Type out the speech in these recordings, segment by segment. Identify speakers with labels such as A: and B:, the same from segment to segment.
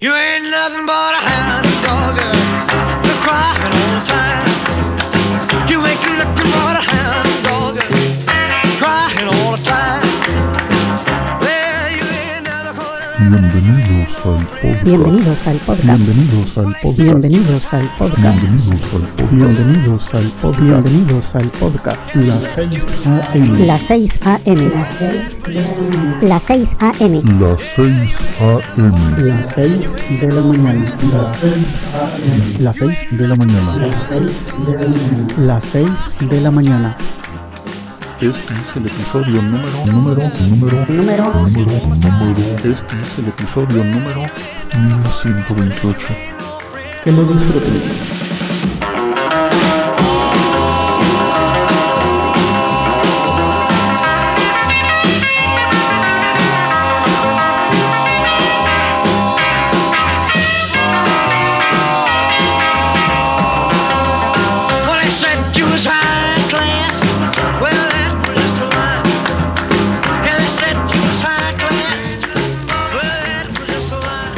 A: You ain't nothing but a hound dog, you're crying all the time. You ain't nothing but a hound dog, crying all the time. Well, you ain't never gonna let
B: Bienvenidos al podcast.
C: Bienvenidos al podcast.
B: Bienvenidos al podcast.
C: Bienvenidos al podcast.
B: Bienvenidos al podcast.
C: Bienvenidos al podcast. Bienvenidos al podcast.
B: La 6AM.
C: Las 6 AM. Las 6 AM.
B: Las 6AM.
D: Las 6 de la mañana.
B: Las 6 de la mañana.
D: Las 6 de la mañana.
B: Este es el episodio número, número, número, número, número, número. Este es el episodio número 1128.
D: Que lo disfruten.
A: Well, they said you was high class. Well, that was just a lie. Yeah, they said you was high class. Well, that was just a lie.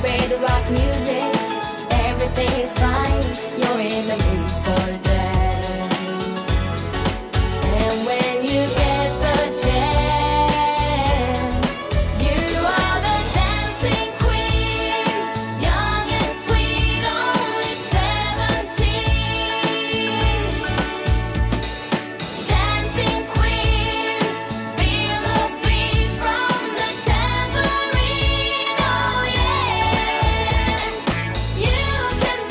E: play the rock music. Everything is fine. You're in the mood for a dance. And when you get the chance, you are the dancing queen. Young and sweet, only 17. Dancing queen, feel the beat from the tambourine, oh yeah. oh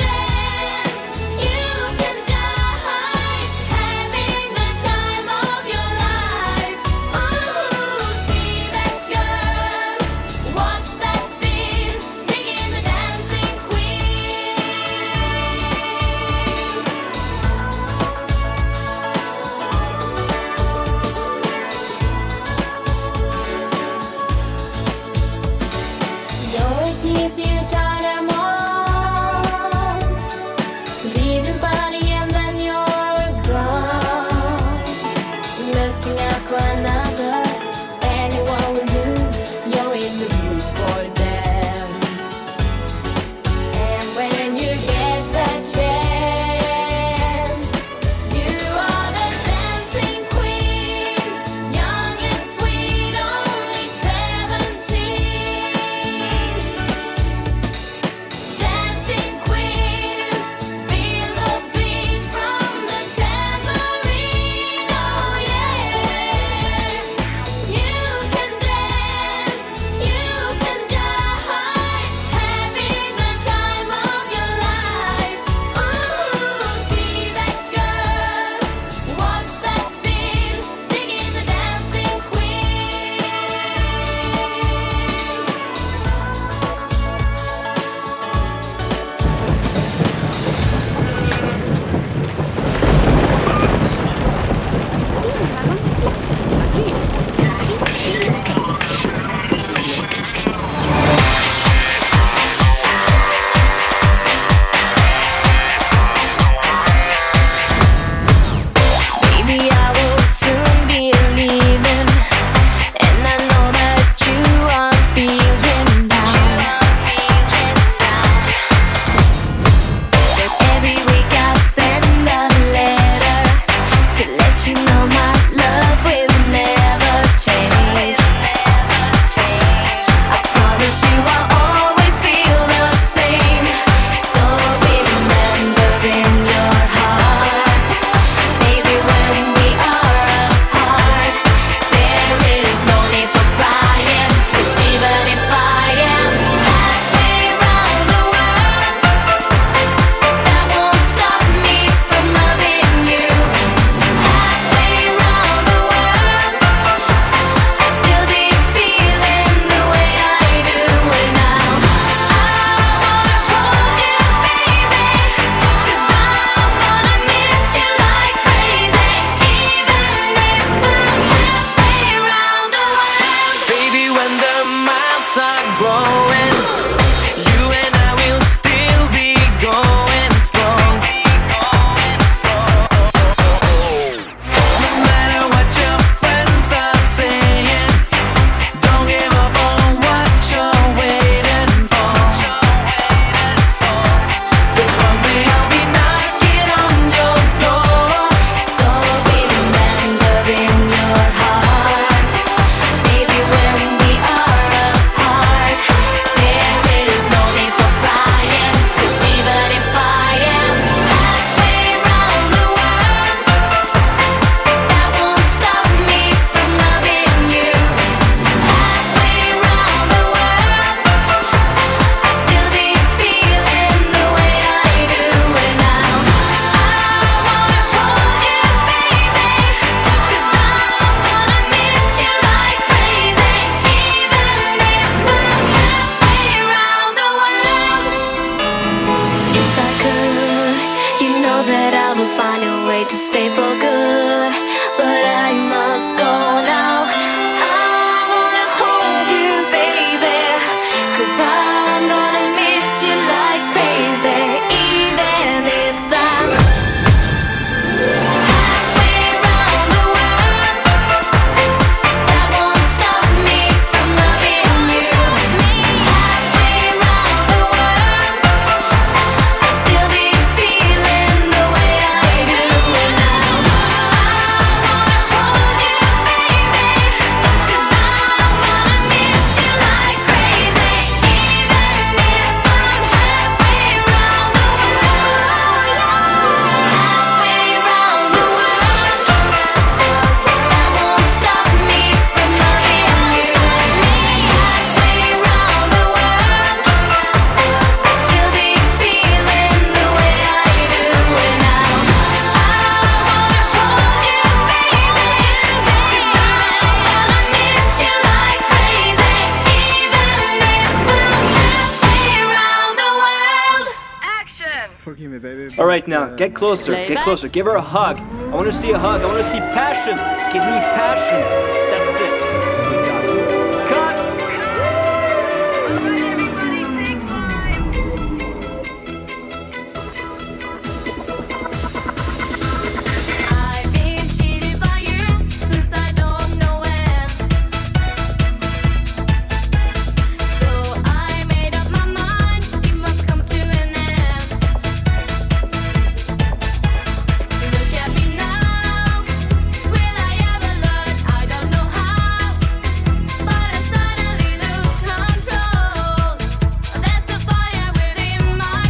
F: Forgive me, baby.
G: All right, now get closer, get closer. Give her a hug. I want to see a hug. I want to see passion. Give me passion. That's it. We got it. Cut.
E: I've been cheated by you since I don't know when. So I made up my mind it must come to an end. Look at me now, will I ever learn? I don't know Oh, Oh,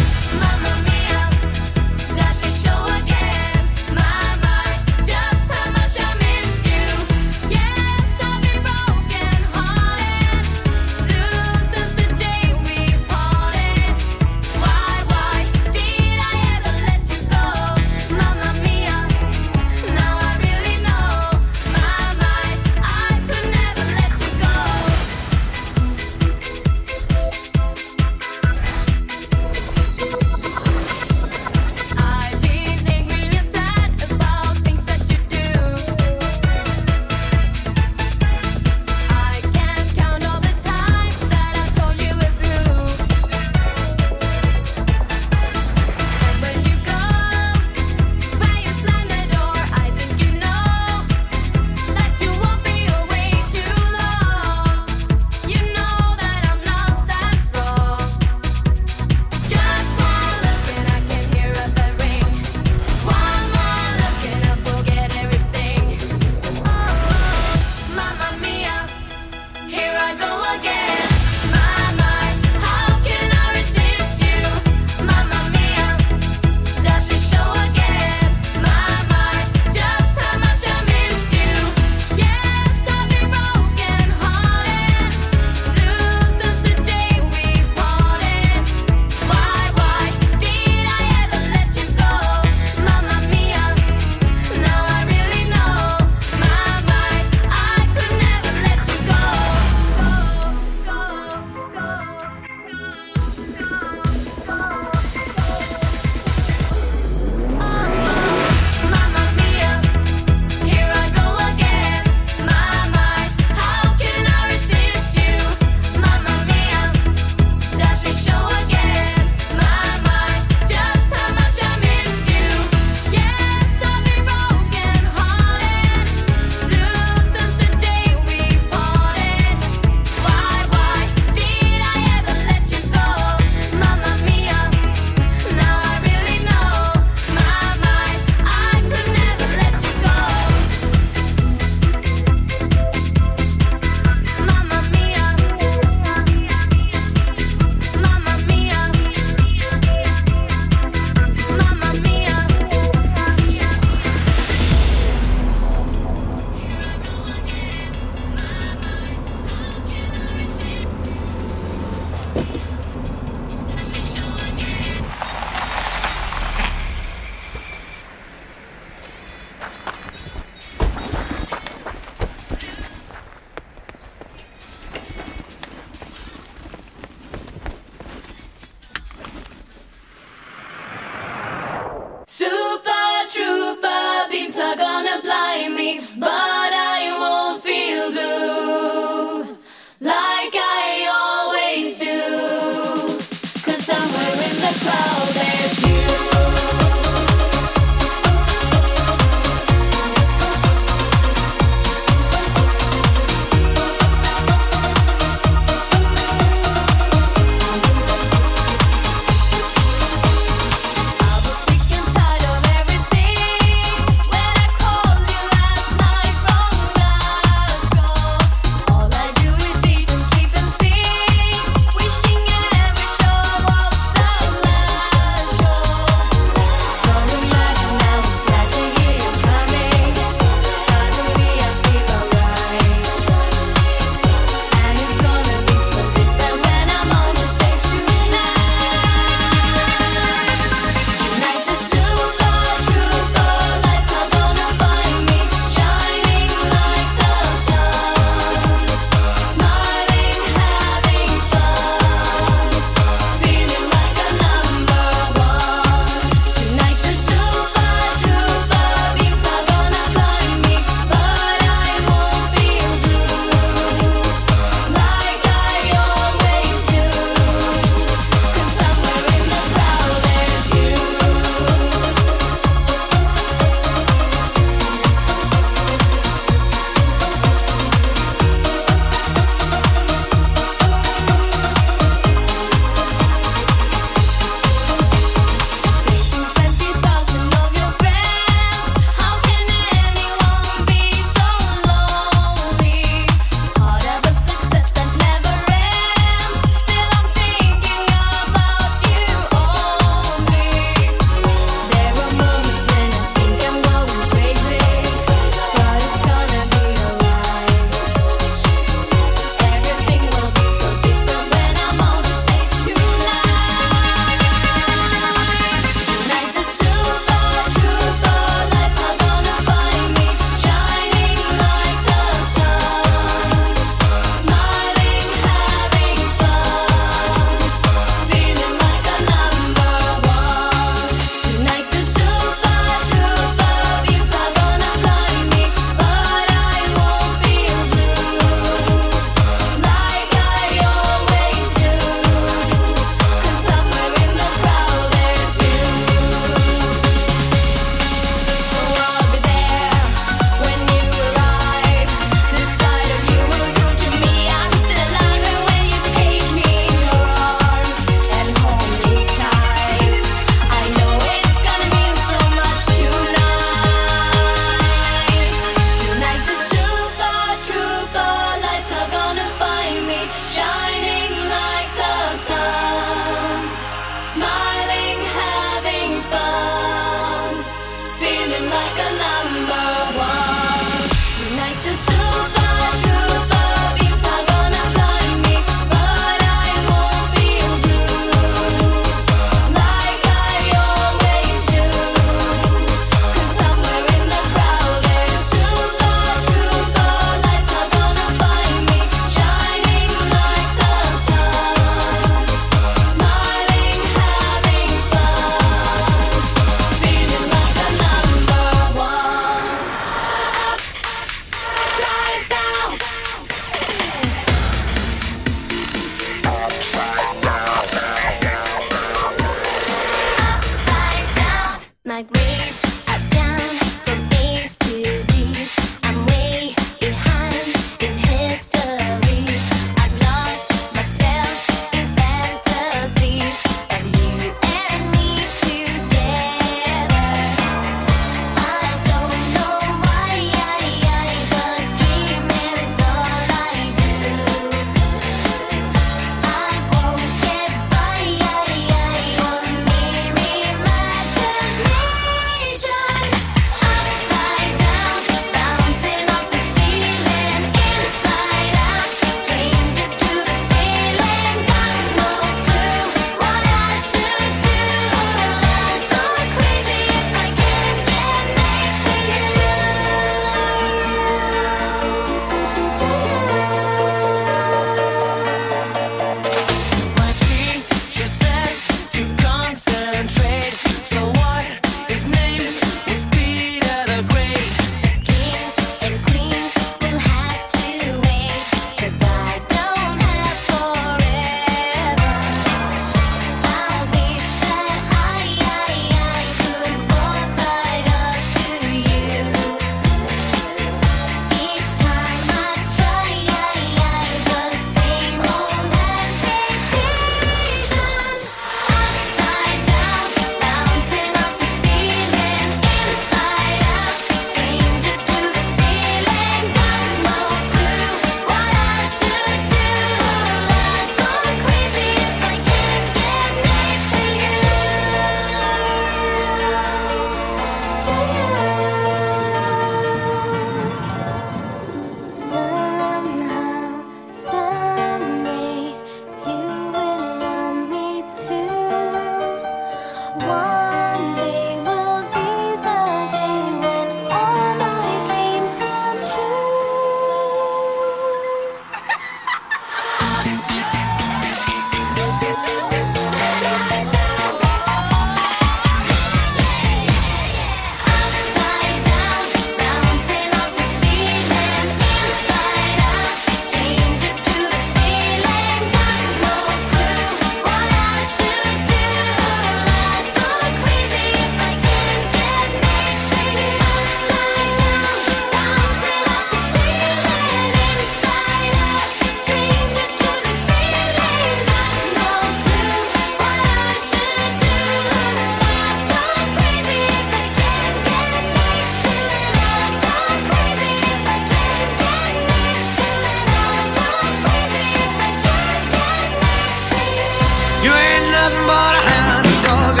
A: nothing but a hound dog.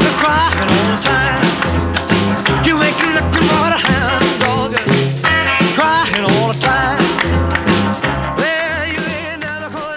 A: You're crying all the time. You ain't nothing but a hound dog. Crying all the time. Well, you ain't never gonna-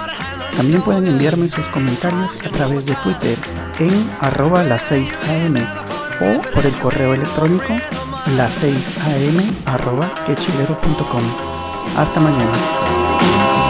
D: También pueden enviarme sus comentarios a través de Twitter en arroba las 6 am o por el correo electrónico las 6 am arroba quechilero.com. Hasta mañana.
A: Crying all the time,